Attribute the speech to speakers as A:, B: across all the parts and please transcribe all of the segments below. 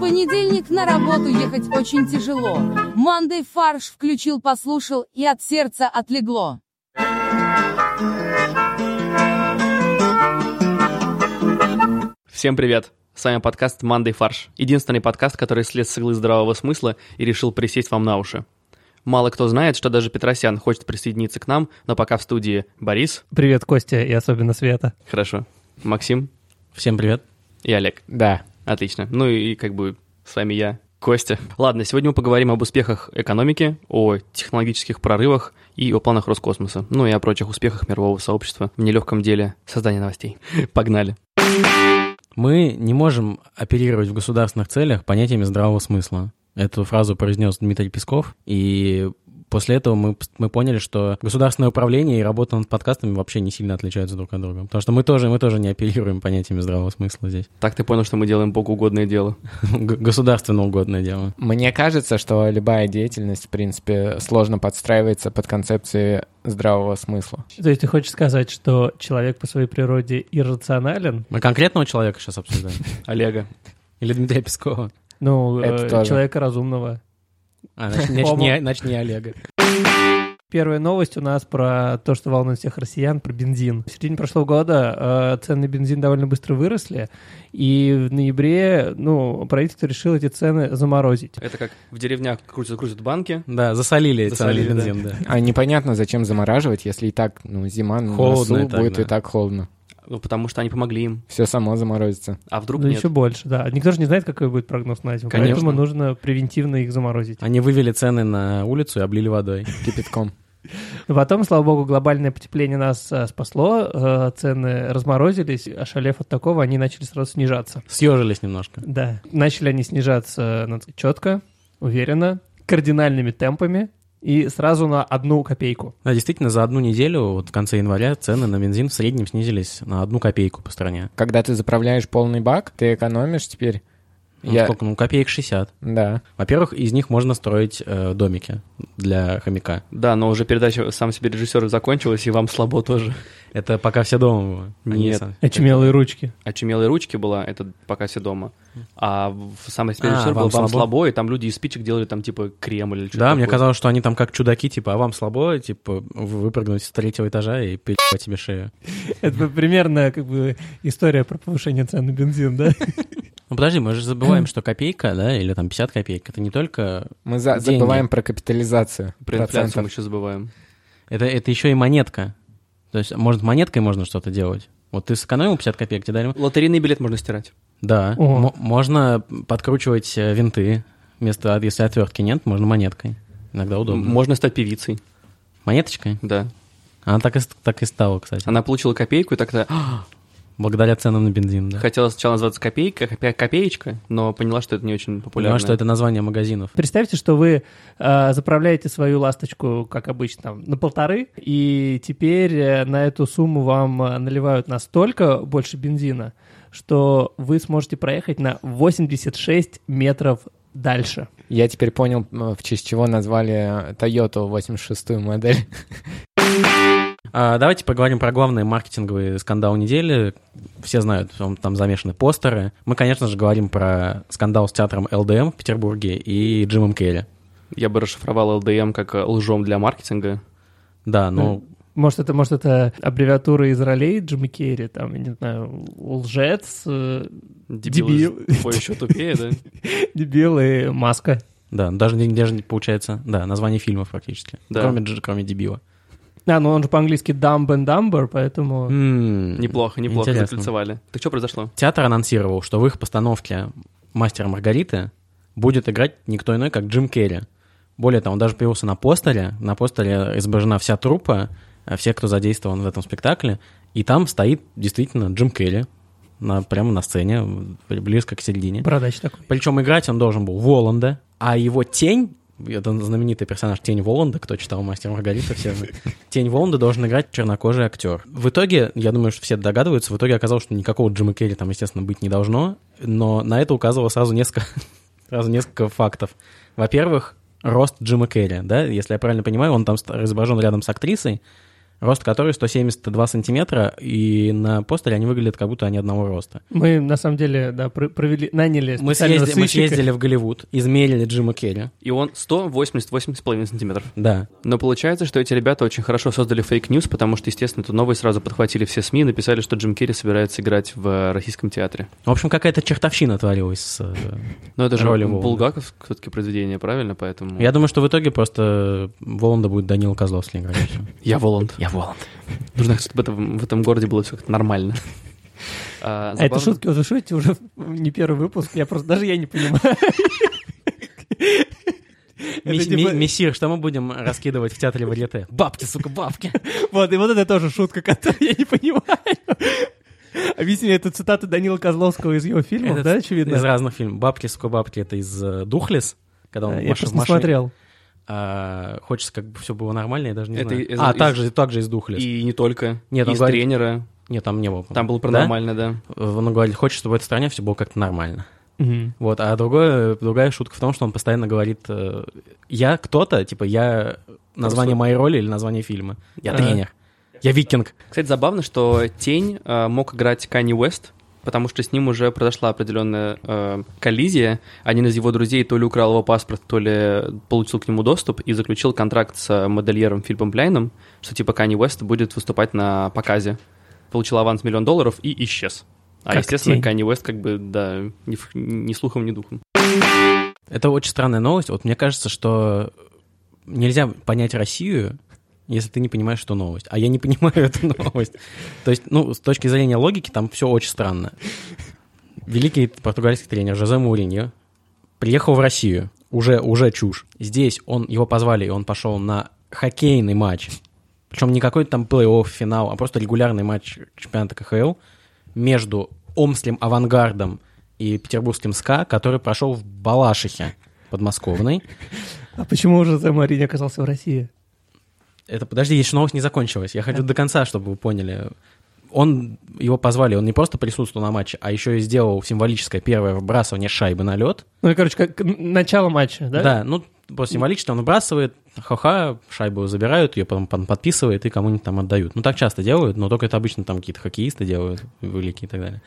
A: понедельник на работу ехать очень тяжело. Мандей фарш включил, послушал, и от сердца отлегло.
B: Всем привет! С вами подкаст «Мандай фарш». Единственный подкаст, который след с иглы здравого смысла и решил присесть вам на уши. Мало кто знает, что даже Петросян хочет присоединиться к нам, но пока в студии Борис,
C: Привет, Костя, и особенно Света.
B: хорошо, Максим
D: Всем привет.
B: и Олег.
D: Да.
B: Отлично. Ну и как бы с вами я, Костя. Ладно, сегодня мы поговорим об успехах экономики, о технологических прорывах и о планах Роскосмоса, ну и о прочих успехах мирового сообщества в нелегком деле создания новостей. Погнали.
D: Мы не можем оперировать в государственных целях понятиями здравого смысла. Эту фразу произнес Дмитрий Песков, и после этого мы, мы поняли, что государственное управление и работа над подкастами вообще не сильно отличаются друг от друга. Потому что мы тоже, мы тоже не оперируем понятиями здравого смысла здесь.
B: Так ты понял, что мы делаем богоугодное дело.
D: Г- государственно угодное дело.
E: Мне кажется, что любая деятельность, в принципе, сложно подстраивается под концепции здравого смысла.
C: То есть ты хочешь сказать, что человек по своей природе иррационален?
D: Мы конкретного человека сейчас обсуждаем?
B: Олега.
D: Или Дмитрия Пескова?
C: Ну,
E: Это
C: э,
E: тоже.
C: человека разумного.
D: А, значит, значит, не, значит, не Олега.
C: Первая новость у нас про то, что волнует всех россиян, про бензин. В середине прошлого года э, цены на бензин довольно быстро выросли, и в ноябре, ну, правительство решило эти цены заморозить.
B: Это как в деревнях крутят-крутят банки,
D: Да, засолили,
B: Засолили,
D: засолили
B: да.
D: бензин, да.
E: А непонятно, зачем замораживать, если и так, ну, зима, на
D: Холодно и
E: носу
D: так,
E: будет
D: да.
E: и так холодно.
B: ну, потому что они помогли им.
E: Все само заморозится.
B: А вдруг
C: Ну,
B: нет?
C: еще больше, да. Никто же не знает, какой будет прогноз на зиму,
B: Конечно.
C: поэтому нужно превентивно их заморозить.
D: Они вывели цены на улицу и облили водой.
E: Кипятком.
C: Но потом, слава богу, глобальное потепление нас э, спасло, э, цены разморозились, ошалев от такого, они начали сразу снижаться.
D: Съежились немножко.
C: Да. Начали они снижаться надо сказать, четко, уверенно, кардинальными темпами и сразу на одну копейку.
D: Да, А действительно, за одну неделю, вот в конце января, цены на бензин в среднем снизились на одну копейку по стране.
E: Когда ты заправляешь полный бак, ты экономишь теперь.
D: Ну,
E: Я...
D: сколько? Ну, копеек 60.
E: Да.
D: Во-первых, из них можно строить э, домики для хомяка.
B: Да, но уже передача «Сам себе режиссер» закончилась, и вам слабо тоже.
D: Это пока все дома было. а не
B: Нет.
D: сам.
C: Очумелые ручки.
B: «Очумелые ручки» была, это пока все дома. А в «Сам себе
D: А,
B: режиссер» был
D: «Вам
B: «Вам
D: слабо?»
B: слабо», и там люди из спичек делали там типа крем или что-то
D: Да, мне
B: такое.
D: казалось, что они там как чудаки, типа, а вам слабо, типа, вы- выпрыгнуть с третьего этажа и перебивать тебе шею.
C: Это примерно как бы история про повышение цен на бензин, да?
D: Ну, подожди, мы же забываем, что копейка, да, или там 50 копеек, это не только...
E: Мы за-
D: Деньги.
E: забываем про капитализацию.
B: Про инфляцию мы
E: процентов.
B: еще забываем.
D: Это, это еще и монетка. То есть, может, монеткой можно что-то делать. Вот ты сэкономил 50 копеек, тебе дали
B: Лотерейный билет можно стирать.
D: Да.
C: О.
D: М- можно подкручивать э, винты. Вместо, от- если отвертки нет, можно монеткой. Иногда удобно.
B: М- Можно стать певицей,
D: Монеточкой?
B: да.
D: Она так и, с- так и стала, кстати.
B: Она получила копейку и тогда «А,
D: Благодаря ценам на бензин, да.
B: хотела сначала назваться «Копейка», копе- «Копеечка», но поняла, что это не очень популярно.
D: Понимаю, что это название магазинов.
C: Представьте, что вы э, заправляете свою ласточку, как обычно, там, на полторы, и теперь э, на эту сумму вам э, наливают настолько больше бензина, что вы сможете проехать на 86 метров дальше.
E: Я теперь понял, м, в честь чего назвали Toyota 86-ю модель.
D: А, давайте поговорим про главные маркетинговые скандалы недели. Все знают, там, там замешаны постеры. Мы, конечно же, говорим про скандал с театром ЛДМ в Петербурге и Джимом Керри.
B: Я бы расшифровал ЛДМ как э, «лжом для маркетинга».
D: Да, ну,
C: Может, это, может, это аббревиатура из ролей Джимми Керри, там, я не знаю, лжец, э,
B: Дебил.
C: Дебил.
B: Ой, еще тупее, да?
C: дебил и маска.
D: да, даже, не- даже не получается, да, название фильмов практически.
B: Да.
D: Кроме, Дж- кроме дебила.
C: А, ну он же по-английски dumb and dumber, поэтому...
D: М,
B: Неплохо, неплохо
D: интересно.
B: закольцевали. Так что произошло?
D: Театр анонсировал, что в их постановке «Мастера и Маргариты» будет играть никто иной, как Джим Керри. Более того, он даже появился на постере. На постере изображена вся труппа, э, все, кто задействован в этом спектакле. И там стоит действительно Джим Керри на, прямо на сцене, в- близко к середине.
C: Бородач такой.
D: Причем играть он должен был Воланда, а его тень, это знаменитый персонаж Тень Воланда, кто читал «Мастер и Маргарита», все знают. Тень Воланда должен играть чернокожий актер. В итоге, я думаю, что все догадываются, в итоге оказалось, что никакого Джима Керри там, естественно, быть не должно, но на это указывало сразу несколько, сразу несколько фактов. Во-первых, рост Джима Керри, да, если я правильно понимаю, он там ст- изображен рядом с актрисой, рост которой 172 сантиметра, и на постере они выглядят, как будто они одного роста.
C: Мы, на самом деле, да, пр- провели, наняли
D: Мы,
C: специального
D: съезди- мы
C: сыщика.
D: съездили в Голливуд, измерили Джима Керри.
B: И он 188,5 сантиметров.
D: Да.
B: Но получается, что эти ребята очень хорошо создали фейк-ньюс, потому что, естественно, эту новость сразу подхватили все СМИ и написали, что Джим Керри собирается играть в э, российском театре.
D: В общем, какая-то чертовщина творилась. с, э,
B: Но это же
D: Роли Воланда.
B: Булгаков все-таки произведение, правильно? Поэтому...
D: Я думаю, что в итоге просто Воланда будет Данил Козловский играть. и всё.
B: Я Воланд.
D: Я Воланд.
B: Нужно, чтобы это в в этом городе было все как-то нормально. А,
C: А это
B: забавно.
C: шутки вы шутите уже не первый выпуск, я просто даже я не понимаю.
D: Мис-
C: типа-
D: ми- Мессир, что мы будем раскидывать в театре варьете? Бабки, сука, бабки.
C: Вот, и вот это тоже шутка, которую я не понимаю. Объясни, это цитата Данила Козловского из его фильмов,
D: Это
C: да,
D: Из
C: очевидно?
D: разных фильмов. Бабки, сука, бабки, это из э, Духлес, когда он
C: Я
D: Маша в
C: просто не
D: машине.
C: смотрел.
D: А, хочется, как бы все было нормально, я даже не
B: Это
D: знаю.
B: из-
D: а,
B: из-
D: также, также из Духлес.
B: И не только.
D: Нет,
B: И
D: он
B: из
D: говорит-
B: тренера.
D: Нет, там не было. по-моему.
B: Там было про
D: Да?
B: нормально, да.
D: Он говорит, хочет, чтобы в этой стране все было как-то нормально. Вот, а другое, другая шутка в том, что он постоянно говорит э, «я кто-то», типа «я» название моей роли или название фильма. «Я
C: Ага.
D: тренер», «я викинг».
B: Кстати, забавно, что Тень э, мог играть Канни Уэст, потому что с ним уже произошла определенная э, коллизия. Один из его друзей то ли украл его паспорт, то ли получил к нему доступ и заключил контракт с э, модельером Филиппом Пляйном, что типа Канни Уэст будет выступать на показе. Получил аванс миллион долларов и исчез. А,
C: Как
B: естественно,
C: тень.
B: Канни Уэст как бы, да, ни, ф- ни слухом, ни духом.
D: Это очень странная новость. Вот мне кажется, что нельзя понять Россию, если ты не понимаешь, что новость. А я не понимаю эту новость. То есть, ну, с точки зрения логики, там все очень странно. Великий португальский тренер Жозе Муриньо приехал в Россию. Уже, уже чушь. Здесь он, его позвали, и он пошел на хоккейный матч. Причем не какой-то там плей-офф, финал, а просто регулярный матч чемпионата КХЛ между Омским авангардом и Петербургским СКА, который прошел в Балашихе подмосковной.
C: А почему уже за Марини оказался в России?
D: Это, подожди, еще новость не закончилась. Я хочу до конца, чтобы вы поняли. Он, его позвали, он не просто присутствовал на матче, а еще и сделал символическое первое вбрасывание шайбы на лед.
C: Ну, и, короче, как н- начало матча, да?
D: ну, просто символически он вбрасывает, ха-ха, шайбу забирают, ее потом пон- подписывает и кому-нибудь там отдают. Ну, так часто делают, но только это обычно там какие-то хоккеисты делают, великие и так далее.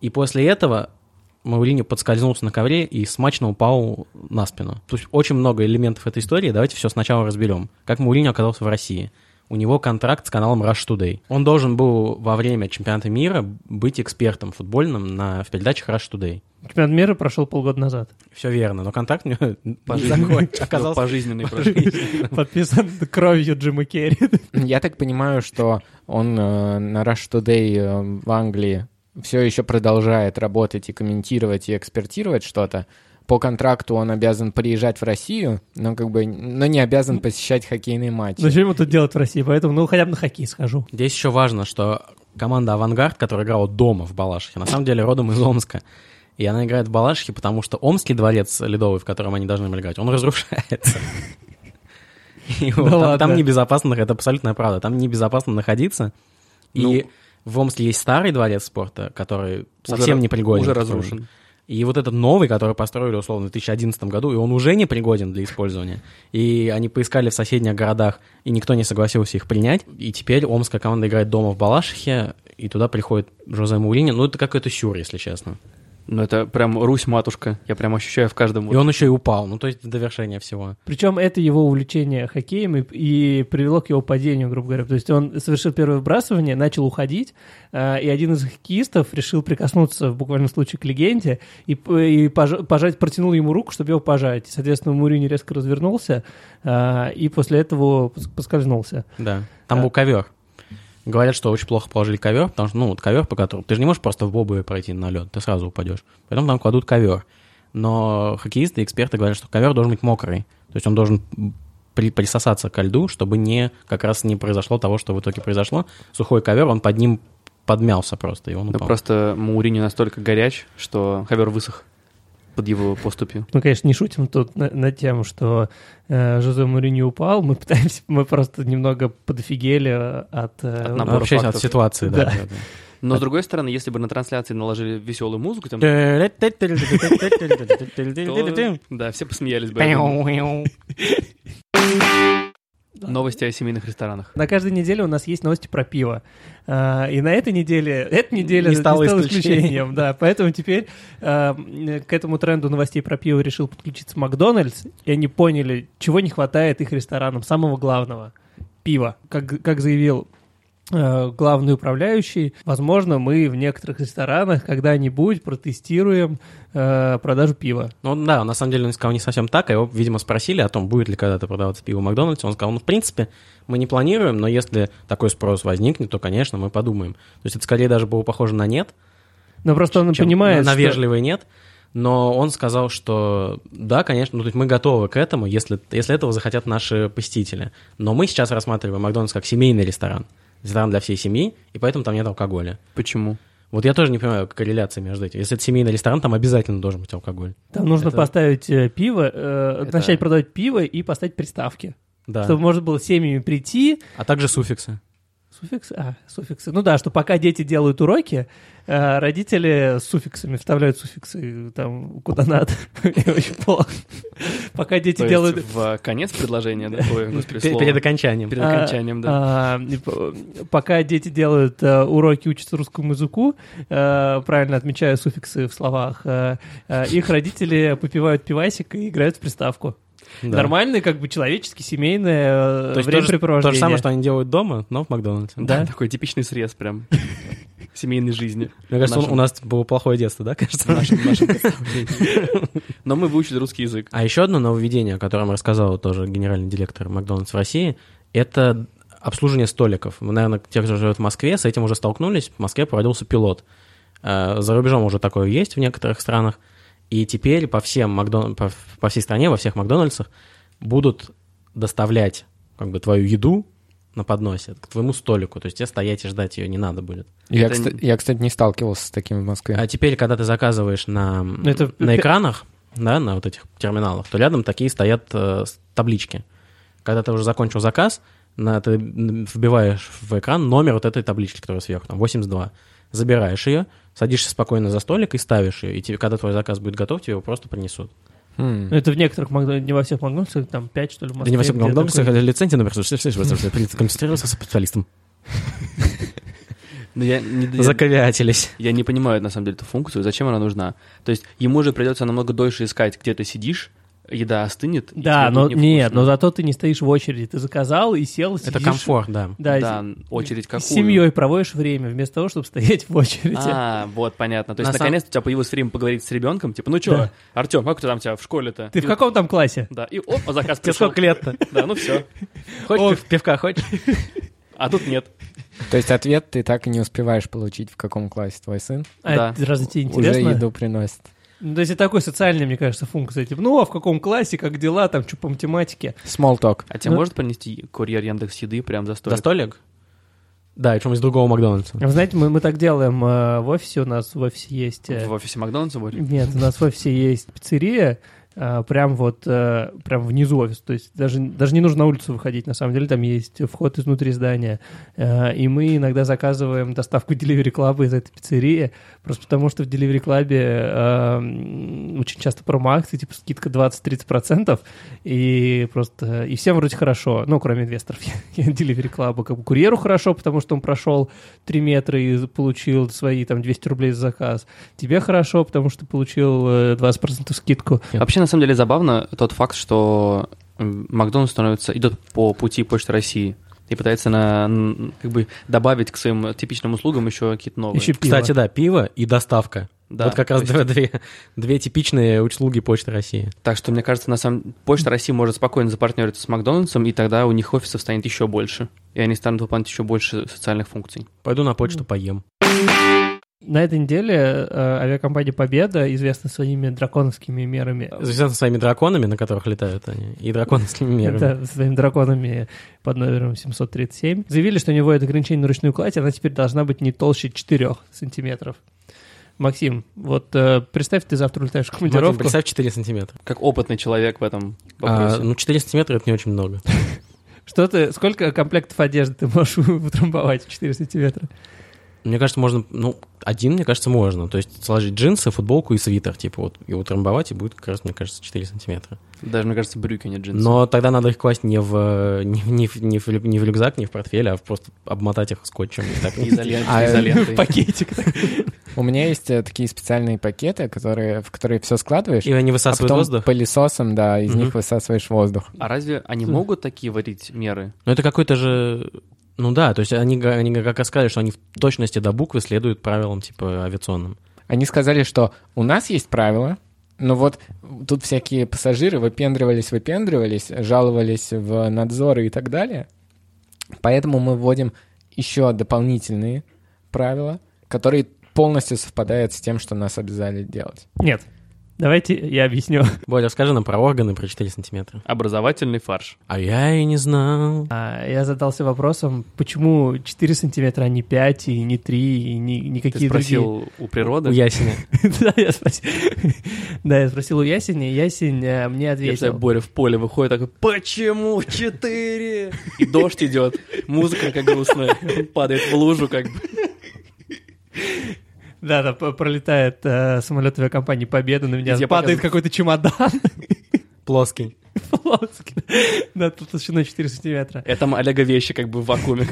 D: И после этого Мауриньо подскользнулся на ковре и смачно упал на спину. То есть очень много элементов этой истории. Давайте все сначала разберем. Как Мауриньо оказался в России? У него контракт с каналом Rush Today. Он должен был во время чемпионата мира быть экспертом футбольным на, в передачах Rush Today.
C: Чемпионат мира прошел полгода назад.
D: Все верно, но контракт у него не
B: Пожизненный.
D: закончен. Оказался
B: Пожизненный прожил.
C: Подписан кровью Джима Керри.
E: Я так понимаю, что он э, на Rush Today э, в Англии все еще продолжает работать и комментировать, и экспертировать что-то. По контракту он обязан приезжать в Россию, но как бы, но не
D: Ну,
E: обязан посещать хоккейные матчи.
C: Зачем Ну, ему тут делать в России? Поэтому, ну, хотя бы на хоккей схожу.
D: Здесь еще важно, что команда «Авангард», которая играла дома в Балашихе, на самом деле родом из Омска. И она играет в Балашихе, потому что Омский дворец ледовый, в котором они должны были играть, он разрушается. И вот
C: Да
D: Там
C: ладно.
D: там небезопасно, это абсолютная правда, там небезопасно находиться. И в Омске есть старый дворец спорта, который совсем
B: Ну. Уже-
D: непригоден.
B: Уже
D: к трибунам.
B: разрушен.
D: И вот этот новый, который построили, условно, в 2011 году, и он уже не пригоден для использования. И они поискали в соседних городах, и никто не согласился их принять. И теперь омская команда играет дома в Балашихе, и туда приходит Жозе Маурини. Ну, это какой-то сюр, если честно.
B: Ну, это прям Русь-матушка. Я прям ощущаю в каждом... вот
D: И он еще и упал. Ну, то есть довершение всего.
C: Причем это его увлечение хоккеем и, и привело к его падению, грубо говоря. То есть он совершил первое вбрасывание, начал уходить, а, и один из хоккеистов решил прикоснуться в буквальном случае к легенде и, п- и пож- пожать, протянул ему руку, чтобы его пожать. Соответственно, Мурини резко развернулся а, и после этого пос- поскользнулся.
D: Да. Там
C: Да.
D: был ковер. Говорят, что очень плохо положили ковер, потому что, ну, вот ковер, по которому... Ты же не можешь просто в бобы пройти на лед, ты сразу упадешь. Поэтому там кладут ковер. Но хоккеисты и эксперты говорят, что ковер должен быть мокрый. То есть он должен при- присосаться ко льду, чтобы не, как раз не произошло того, что в итоге произошло. Сухой ковер, он под ним подмялся просто, и он
B: Да
D: упал.
B: просто Маурини настолько горяч, что ковер высох под его поступью.
C: Ну, конечно, не шутим тут на, на тему, что э, Жозе Мурини упал. Мы пытаемся, мы просто немного подофигели от, э,
B: От
D: Ну,
B: набора
D: вообще от
B: фактов.
D: ситуации,
C: Да.
D: да. да, да.
B: Но, с другой стороны, если бы на трансляции наложили веселую музыку, там, то, да, все посмеялись бы. Новости о семейных ресторанах.
C: На каждой неделе у нас есть новости про пиво. А, И на этой неделе, эта неделя
D: Не
C: не
D: стала
C: стала,
D: исключением.
C: исключением, да. Поэтому теперь а, м, к этому тренду новостей про пиво решил подключиться Макдональдс, и они поняли, чего не хватает их ресторанам, самого главного — пива. Как, как заявил э, главный управляющий, возможно, мы в некоторых ресторанах когда-нибудь протестируем э, продажу пива.
D: Ну да, на самом деле он сказал не совсем так, а его, видимо, спросили о том, будет ли когда-то продаваться пиво в Макдональдсе. Он сказал, ну, в принципе, мы не планируем, но если такой спрос возникнет, то, конечно, мы подумаем. То есть это скорее даже было похоже на нет,
C: Но просто он
D: чем
C: понимает,
D: на, на
C: что-
D: вежливый нет. Но он сказал, что да, конечно, ну, то есть мы готовы к этому, если, если этого захотят наши посетители. Но мы сейчас рассматриваем Макдональдс как семейный ресторан. Ресторан для всей семьи, и поэтому там нет алкоголя.
B: Почему?
D: Вот я тоже не понимаю корреляции между этим. Если это семейный ресторан, там обязательно должен быть алкоголь.
C: Там нужно
D: Это-
C: поставить э, пиво, э,
D: Это-
C: начать продавать пиво и поставить приставки.
D: Да.
C: Чтобы можно было семьями прийти.
D: А также суффиксы.
C: Суффиксы? А, суффиксы. Ну да, что пока дети делают уроки, э, родители с суффиксами вставляют суффиксы там куда надо. И Очень плохо. Пока дети
B: То
C: делают...
B: есть в конец предложения, да? Ой, господи,
D: Пе-
B: слово.
D: Перед окончанием.
B: Перед окончанием, да.
C: А, и по- пока дети делают э, уроки, учатся русскому языку, э, правильно отмечая суффиксы в словах, э, э, их родители попивают пивасик и играют в приставку.
D: Да.
C: Нормальное, как бы человеческий, семейное э,
D: То есть то же,
C: времяпрепровождение.
D: то же самое, что они делают дома, но в Макдональдсе.
B: Да, такой типичный срез прям семейной жизни.
D: Мне кажется,
B: Нашим-
D: у нас было плохое детство, да, кажется?
B: нашим- нашим представлением. Но мы выучили русский язык.
D: А еще одно нововведение, о котором рассказал тоже генеральный директор Макдональдс в России, это обслуживание столиков. Вы, наверное, те, кто живет в Москве, с этим уже столкнулись. В Москве проводился пилот. Э, За рубежом уже такое есть в некоторых странах. И теперь по, всем Макдон... по, по всей стране, во всех Макдональдсах будут доставлять как бы твою еду на подносе к твоему столику. То есть тебе стоять и ждать ее не надо будет.
E: Я,
B: Это
E: кста-
B: не-
E: я, кстати, не сталкивался с таким в Москве.
D: А теперь, когда ты заказываешь на,
C: это-
D: на экранах, да, на вот этих терминалах, то рядом такие стоят э, с- таблички. Когда ты уже закончил заказ, на, ты м, вбиваешь в экран номер вот этой таблички, которая сверху, там 82. Забираешь ее, садишься спокойно за столик и ставишь ее. И тебе, когда твой заказ будет готов, тебе его просто принесут.
E: Хм.
C: Ну, это в некоторых Макдональдсах, не во всех Макдональдсах, там 5, что ли, в
D: Да не во всем
C: где
D: Макдональдсе,
C: такое.
D: хотя лицензия номер 66, придется консультироваться со специалистом.
B: Но я не- я-
D: Заковятились.
B: Я не понимаю, на самом деле, эту функцию, зачем она нужна. То есть ему же придется намного дольше искать, где ты сидишь, еда остынет. и а
C: Да,
B: тебе
C: но
B: будет невкусно.
C: нет, но зато ты не стоишь в очереди. Ты заказал и сел, сидишь.
D: Это комфорт, да.
C: Да, и-
B: Да, очередь
C: и
B: какую?
C: с семьей проводишь время, вместо того, чтобы стоять в очереди.
B: А, вот, понятно. То есть,
D: На самом-
B: наконец, у тебя появилось время поговорить с ребенком. Типа, ну чё,
C: Да.
B: Артем, как ты там у тебя в школе-то?
C: Ты
B: И-
C: в каком там классе?
B: Да, и опа, заказ
D: Тебе
B: пришел.
D: сколько лет-то?
B: Да, ну все.
D: Хочешь пив- пивка, хочешь?
B: А тут нет.
E: То есть ответ ты так и не успеваешь получить, в каком классе твой сын.
C: А
B: Да.
C: это разве тебе
E: Уже
C: интересно?
E: еду приносит.
C: Ну, то есть это такой социальный, мне кажется, функция. Типа, ну, а в каком классе, как дела, там, что по математике?
E: Small talk.
B: А тебе
C: Ну-
B: может принести курьер Яндекс еды прям за
D: За
B: столик?
D: столик? Да, и чем из другого Макдональдса.
C: А Вы знаете, мы, мы так делаем э, в офисе, у нас в офисе есть... э,
B: В офисе Макдональдса будет?
C: Нет, у нас в офисе есть пиццерия, а, прям вот, э, прям внизу офис, то есть даже, даже не нужно на улицу выходить, на самом деле там есть вход изнутри здания, Э, и мы иногда заказываем доставку Delivery Club из этой пиццерии, просто потому что в Delivery Club э, м, очень часто промоакции, типа скидка 20-30%, и просто, и всем вроде хорошо, ну, кроме инвесторов, Delivery Club, как бы курьеру хорошо, потому что он прошел 3 метра и получил свои там 200 рублей за заказ, тебе хорошо, потому что получил э, 20% скидку.
B: Вообще, на самом деле, забавно тот факт, что м, Макдональдс становится, идет по пути Почты России и пытается на, н- как бы добавить к своим типичным услугам еще какие-то новые.
C: Еще пиво.
D: Кстати, да, пиво и доставка.
B: Да,
D: вот как раз
B: то
D: две, две, две типичные услуги Почты России.
B: Так что, мне кажется, на самом Почта России может спокойно запартнериться с Макдональдсом, и тогда у них офисов станет еще больше. И они станут выполнять еще больше социальных функций.
D: Пойду на
B: Ну.
D: почту поем.
C: На этой неделе э, авиакомпания «Победа» известна своими драконовскими мерами.
D: Звезда своими драконами, на которых летают они, и драконовскими мерами.
C: Да, своими драконами под номером 737. Заявили, что у него это ограничение на ручную кладь, она теперь должна быть не толще 4 сантиметров. Максим, вот э, представь, ты завтра улетаешь в
D: Максим,
C: командировку.
D: представь 4 сантиметра.
B: Как опытный человек в этом
D: А,
B: вопросе.
D: ну, 4 сантиметра — это не очень много.
C: Что ты, сколько комплектов одежды ты можешь утрамбовать в 4 сантиметра?
D: Мне кажется, можно, ну, один, мне кажется, можно. То есть сложить джинсы, футболку и свитер, типа, вот, и утрамбовать, и будет как раз, мне кажется, 4 сантиметра.
B: Даже, мне кажется, брюки, нет джинсы.
D: Но тогда надо их класть не в, э, не, не в, не в лю- не в рюкзак, не в портфель, а в просто обмотать их скотчем. И так.
E: А,
B: изолентой.
C: Пакетик.
E: У меня есть э, такие специальные пакеты, которые, в которые все складываешь,
D: И они
E: а
D: высасывают
E: потом
D: воздух.
E: пылесосом, да, из
D: Мгм.
E: них высасываешь воздух.
B: А разве они могут такие варить меры?
D: Ну, это какой-то же... Ну да, то есть они, га- они га- как сказали, что они в точности до буквы следуют правилам, типа, авиационным.
E: Они сказали, что у нас есть правила, но вот тут всякие пассажиры выпендривались, выпендривались, жаловались в надзоры и так далее. Поэтому мы вводим еще дополнительные правила, которые полностью совпадают с тем, что нас обязали делать.
C: Нет. Давайте я объясню.
D: Боря, расскажи нам про органы про 4 сантиметра.
B: Образовательный фарш.
D: А я и не знал.
C: А, Я задался вопросом, почему 4 сантиметра, а не 5, и не 3, и не, не
B: Ты
C: какие другие.
B: спросил у
D: У
B: природы?
D: ясеня.
C: Да, я спросил. Да, я спросил у Ясени, и Ясень э, мне
B: Я представляю,
C: ответил.
B: Боря в поле выходит такой, почему четыре? И дождь идет, музыка как грустная, он падает в лужу как бы.
C: Да, да, п- пролетает э, самолет авиакомпании Победа на меня.
B: Я
C: Падает
B: показываю.
C: какой-то чемодан
D: Плоский.
C: плоский. Да, тут толщиной 4 сантиметра.
B: Это Э, там Олега вещи как бы в вакууме.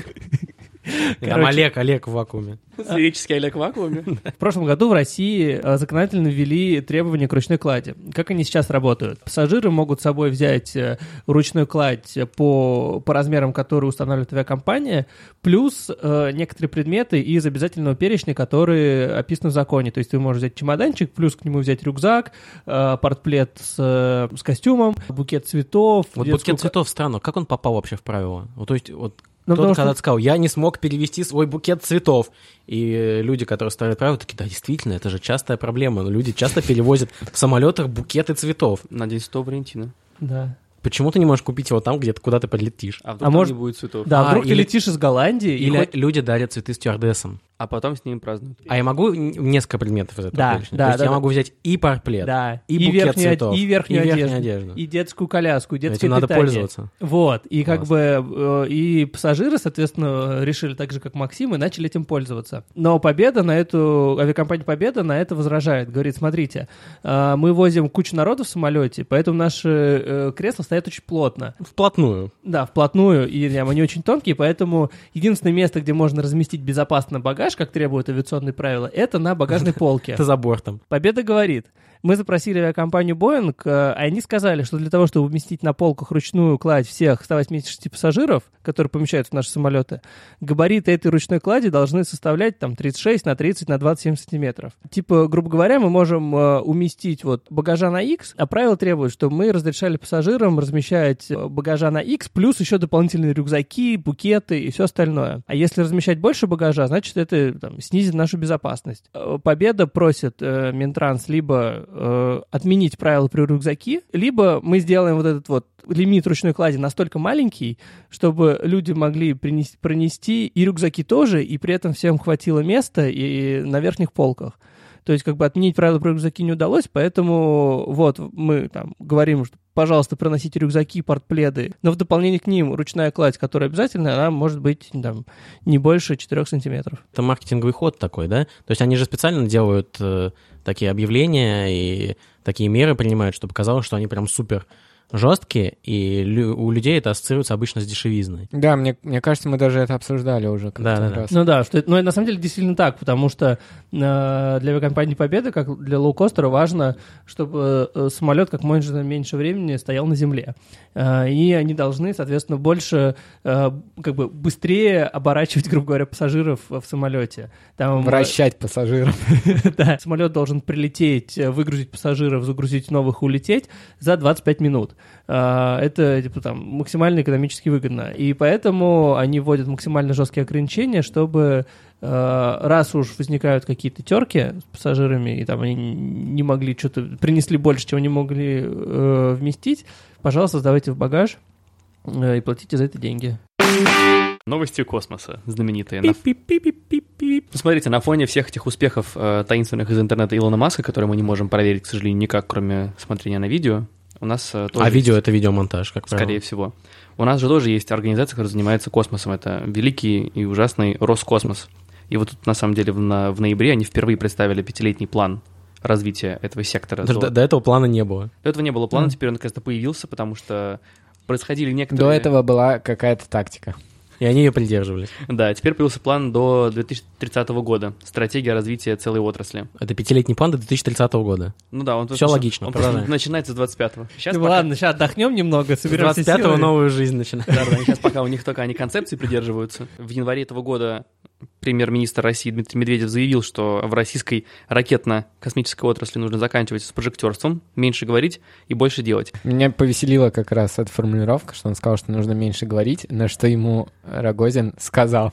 D: И Там
C: Короче.
D: а Олег, Олег в вакууме.
B: Сферический Олег в вакууме.
C: В прошлом году в России э, законодательно ввели требования к ручной клади. Как они сейчас работают? Пассажиры могут с собой взять э, ручную кладь по, по размерам, которые устанавливает авиакомпания, плюс э, некоторые предметы из обязательного перечня, которые описаны в законе. То есть ты можешь взять чемоданчик, плюс к нему взять рюкзак, э, портплет с, э, с костюмом, букет цветов.
D: Вот
C: детскую
D: букет
C: ка-
D: цветов странно. Как он попал вообще в правила? Вот, то есть, вот
C: Ну,
D: кто-то
C: потому что-
D: когда сказал, я не смог перевести свой букет цветов. И э, люди, которые ставят правила, такие, да, действительно, это же частая проблема. Но люди часто перевозят в самолетах букеты цветов.
B: Надеюсь, то Валентина.
C: Да.
D: Почему ты не можешь купить его там, где ты куда ты подлетишь?
B: А вдруг
C: А
B: там
C: может-
B: не будет цветов?
C: Да,
D: А,
C: вдруг ты
D: или-
C: летишь из Голландии и
D: Или
C: хоть-
D: люди дарят цветы стюардессам.
B: А потом с ними празднуют.
D: А я могу н- несколько предметов из этого
C: Да,
D: перечня?
C: да,
D: То есть
C: да,
D: я
C: да.
D: могу взять и парплет,
C: Да.
D: и, букет
C: верхнюю, од-
D: цветов,
C: и верхнюю одежду,
D: одежду.
C: и детскую коляску, и детское
D: Этим надо
C: питание.
D: пользоваться.
C: Вот, и как
D: Класс.
C: бы э, и пассажиры, соответственно, решили так же, как Максим, и начали этим пользоваться. Но Победа на эту, авиакомпания Победа на это возражает. Говорит, смотрите, э, мы возим кучу народу в самолете, поэтому наши э, кресла стоят очень плотно.
D: Вплотную.
C: Да, вплотную, и прям они очень тонкие, поэтому единственное место, где можно разместить безопасно багаж, как требуют авиационные правила, это на багажной полке.
D: Это за бортом.
C: Победа говорит, мы запросили авиакомпанию «Боинг», э, а они сказали, что для того, чтобы уместить на полках ручную кладь всех 186 пассажиров, которые помещаются в наши самолеты, габариты этой ручной клади должны составлять там 36 на 30 на 27 сантиметров. Типа, грубо говоря, мы можем э, уместить вот багажа на X, а правило требует, что мы разрешали пассажирам размещать э, багажа на X, плюс еще дополнительные рюкзаки, букеты и все остальное. А если размещать больше багажа, значит, это там, снизит нашу безопасность. Э, Победа просит э, Минтранс либо э, отменить правила при рюкзаки, либо мы сделаем вот этот вот лимит ручной клади настолько маленький, чтобы люди могли принести, пронести и рюкзаки тоже, и при этом всем хватило места и на верхних полках. То есть как бы отменить правила про рюкзаки не удалось, поэтому вот мы там говорим, что пожалуйста, проносите рюкзаки, портпледы. Но в дополнение к ним ручная кладь, которая обязательно, она может быть там, не больше 4 сантиметров.
D: Это маркетинговый ход такой, да? То есть они же специально делают э, такие объявления и такие меры принимают, чтобы казалось, что они прям супер жесткие, и лю- у людей это ассоциируется обычно с дешевизной.
E: Да, мне, мне кажется, мы даже это обсуждали уже как-то
D: Да-да-да.
E: раз.
C: Ну да, что это, но это на самом деле действительно так, потому что э, для авиакомпании Победа, как для лоукостера, важно, чтобы э, самолет как можно меньше времени стоял на земле. Э, и они должны, соответственно, больше, э, как бы быстрее оборачивать, грубо говоря, пассажиров в самолете.
E: Ну,
C: Там, э,
E: Вращать пассажиров.
C: Да. Самолет должен прилететь, э, выгрузить пассажиров, загрузить новых, улететь за 25 минут. А, Это типа, там, максимально экономически выгодно. И поэтому они вводят максимально жесткие ограничения, чтобы э, раз уж возникают какие-то терки с пассажирами, и там они не могли что-то, принесли больше, чем они могли э, вместить, пожалуйста, сдавайте в багаж э, и платите за это деньги.
B: Новости космоса, знаменитые. На- Смотрите, на фоне всех этих успехов э, таинственных из интернета Илона Маска, которые мы не можем проверить, к сожалению, никак, кроме смотрения на видео, у нас э, тоже...
D: А
B: есть-
D: видео — это видеомонтаж, как правило.
B: Скорее всего. У нас же тоже есть организация, которая занимается космосом. Это великий и ужасный Роскосмос. И вот тут, на самом деле, в, на- в ноябре они впервые представили пятилетний план развития этого сектора.
D: Даже До,
B: золота.
D: до этого плана не было.
B: До этого не было плана,
C: Мгм.
B: теперь он наконец-то появился, потому что происходили некоторые...
E: До этого была какая-то тактика.
D: И они ее придерживались.
B: Да, теперь появился план до 2030 года. Стратегия развития целой отрасли.
D: Это пятилетний план до 2030 года.
B: Ну да, он...
D: Всё
B: просто-
D: логично,
B: Он просто
D: продолжаем.
B: начинается с 25-го. Сейчас
C: Ну
B: пока-
C: ладно, сейчас отдохнем немного,
D: С
C: соберем все
D: 25-го
C: силы.
D: новую жизнь начинается.
B: Да-да, сейчас пока у них только они концепции придерживаются. В январе этого года премьер-министр России Дмитрий Медведев заявил, что в российской ракетно-космической отрасли нужно заканчивать с прожектерством, меньше говорить и больше делать.
E: Меня повеселила как раз эта формулировка, что он сказал, что нужно меньше говорить, на что ему Рогозин сказал.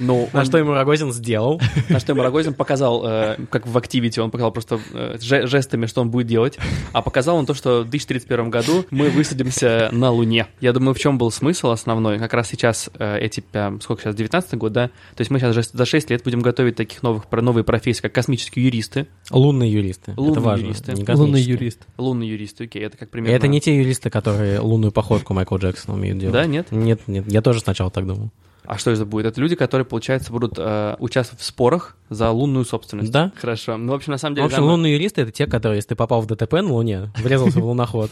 B: Но
D: На
B: он-
D: что ему Рогозин сделал.
B: на что ему Рогозин показал, э, как в «Активити», он показал просто э, же- жестами, что он будет делать, а показал он то, что в 2031 году мы высадимся на Луне. Я думаю, в чем был смысл основной? Как раз сейчас э, эти, э, сколько сейчас, 19 год, да? То есть мы сейчас же за 6 лет будем готовить таких новых, про новые профессии, как космические юристы,
D: Лунные юристы.
B: Лунные
D: это важно.
B: юристы.
D: не
C: Лунный
D: космические.
C: юрист.
B: Лунные юристы, окей, это как
D: И
B: примерно...
D: Это не те юристы, которые лунную походку Майкла Джексона умеют делать.
B: Да, нет?
D: Нет, нет, я тоже сначала так думал.
B: А что это будет? Это люди, которые, получается, будут э, участвовать в спорах за лунную собственность.
D: Да.
B: Хорошо. Ну, в общем, на самом
D: В
B: деле...
D: общем,
B: да, мы-
D: лунные юристы — это те, которые, если ты попал в ДТП на Луне, врезался в луноход,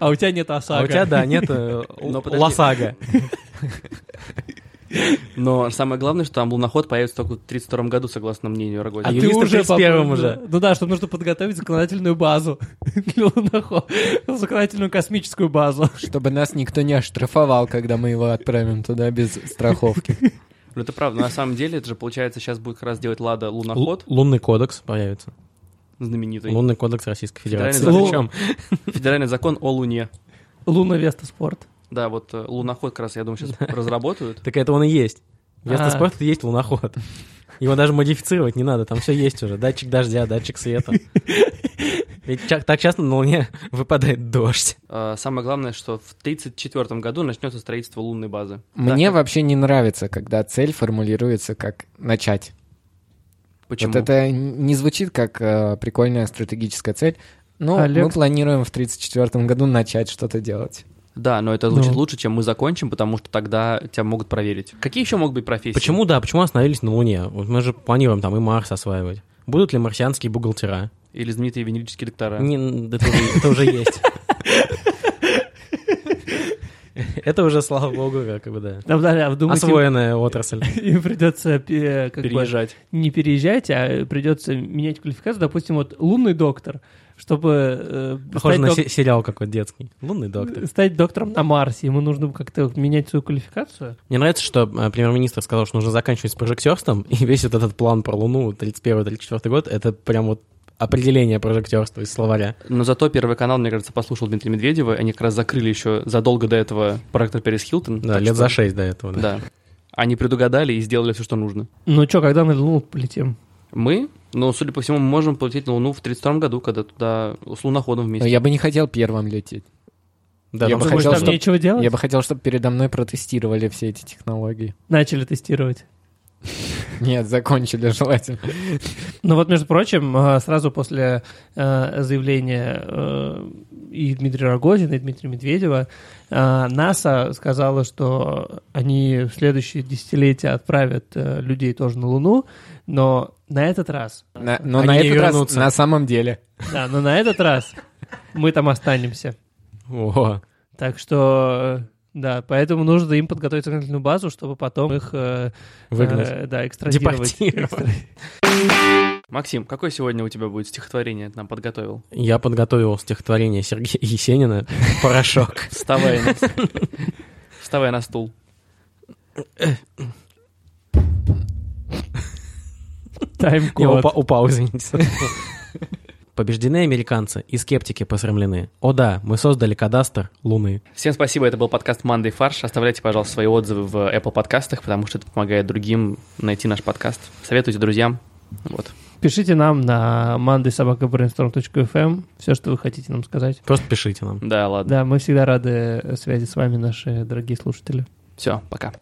C: А у тебя нет
D: а
C: ОСАГО.
D: у тебя, да, нет э,
B: Но
D: л-
B: подожди.
D: лосага.
B: Но самое главное, что там луноход появится только в 1932 году, согласно мнению Рогозина.
D: А
C: А ты
D: юристы
C: уже
D: в 31-м
C: попробуй-
D: уже.
C: Ну да, что нужно подготовить законодательную базу для лунохода. Законодательную космическую базу.
E: Чтобы нас никто не оштрафовал, когда мы его отправим туда без страховки.
B: Ну, это правда. На самом деле, это же, получается, сейчас будет как раз делать Лада
D: Л-
B: луноход
D: Лунный кодекс появится.
B: знаменитый.
D: Лунный кодекс Российской Федерации. Ну,
B: Федеральный
D: Причем
B: Федеральный закон о Луне.
C: Луна Веста Спорт.
B: Да, вот э, луноход как раз, я думаю, сейчас разработают.
D: Так это он и есть. Вместо
C: А.
D: спорта есть луноход. Его даже модифицировать не надо, там все есть уже. Датчик дождя, датчик света. Ведь ча- так часто на Луне выпадает дождь.
B: Э, Самое главное, что в 1934 году начнется строительство лунной базы.
E: Мне
B: Так,
E: вообще не нравится, когда цель формулируется как «начать».
B: Почему?
E: Вот это н- не звучит как э, прикольная стратегическая цель. Ну,
C: Олег?
E: мы планируем в 1934 году начать что-то делать.
B: Да, но это звучит
C: Ну.
B: лучше, чем мы закончим, потому что тогда тебя могут проверить. Какие еще могут быть профессии?
D: Почему, да, почему остановились на Луне? Вот мы же планируем там и Марс осваивать. Будут ли марсианские бухгалтера?
B: Или знаменитые венерические доктора?
D: Не, н- это, уже, это уже есть. Это уже, слава богу, как бы, да.
C: Да, да, да, думаете,
D: Освоенная отрасль.
C: им придется э, как бы,
B: Переезжать.
C: не переезжать, а придется менять квалификацию. Допустим, вот лунный доктор, чтобы э,
D: Похоже
C: стать
D: на
C: док-
D: се- сериал какой-то детский. Лунный доктор.
C: стать доктором на Марсе, ему нужно как-то менять свою квалификацию.
D: Мне нравится, что э, премьер-министр сказал, что нужно заканчивать с прожектерством, и весь вот этот план про Луну 31-34 год — это прям вот определение прожектерства из словаря.
B: Но зато Первый канал, мне кажется, послушал Дмитрия Медведева. и Они как раз закрыли еще задолго до этого проектор Перес Хилтон.
D: Да,
B: Так
D: лет
B: что-
D: за шесть до этого. Да.
B: Да. Они предугадали и сделали все, что нужно.
C: Ну что, когда на Луну полетим?
B: Мы, ну, судя по всему, мы можем полететь на Луну в 32 году, когда туда с луноходом
E: Но
B: вместе.
E: я бы не хотел первым лететь.
D: Да,
E: Я
D: там
E: бы
D: же
C: Думаешь,
E: хотел,
C: там
E: чтоб-
C: нечего
D: Ну,
C: делать?
E: Я бы хотел, чтобы передо мной протестировали все эти технологии.
C: Начали тестировать.
E: Нет, закончили желательно.
C: Ну вот, между прочим, э, сразу после э, заявления э, и Дмитрия Рогозина, и Дмитрия Медведева, э, НАСА сказала, что они в следующее десятилетие отправят э, людей тоже на Луну, но на этот раз,
E: На- Но
D: Они
E: на
D: не
E: этот раз,
D: вернутся.
E: на самом деле.
C: да, но на этот раз мы там останемся.
D: О,
C: Так что, э, да, поэтому нужно им подготовить законодательную базу, чтобы потом их э,
D: выгнать.
C: э, да, экстрадировать.
D: Депортировать.
B: Максим, какое сегодня у тебя будет стихотворение ты нам подготовил?
D: Я подготовил стихотворение Сергея Есенина «Порошок».
B: Вставай на... Вставай на стул.
D: Я
C: Тайм-код.
D: упа- упал, извините. Побеждены американцы и скептики посрамлены. О да, мы создали кадастр Луны.
B: Всем спасибо, это был подкаст «Мандай фарш». Оставляйте, пожалуйста, свои отзывы в Apple подкастах, потому что это помогает другим найти наш подкаст. Советуйте друзьям. Вот.
C: Пишите нам на mandaysobakabrainstorm.fm все, эм, что вы хотите нам сказать.
D: Просто пишите нам.
B: Да, ладно.
C: Да, мы всегда рады связи с вами, наши дорогие слушатели.
B: Все, пока.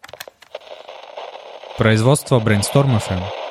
F: Производство Brainstorm FM.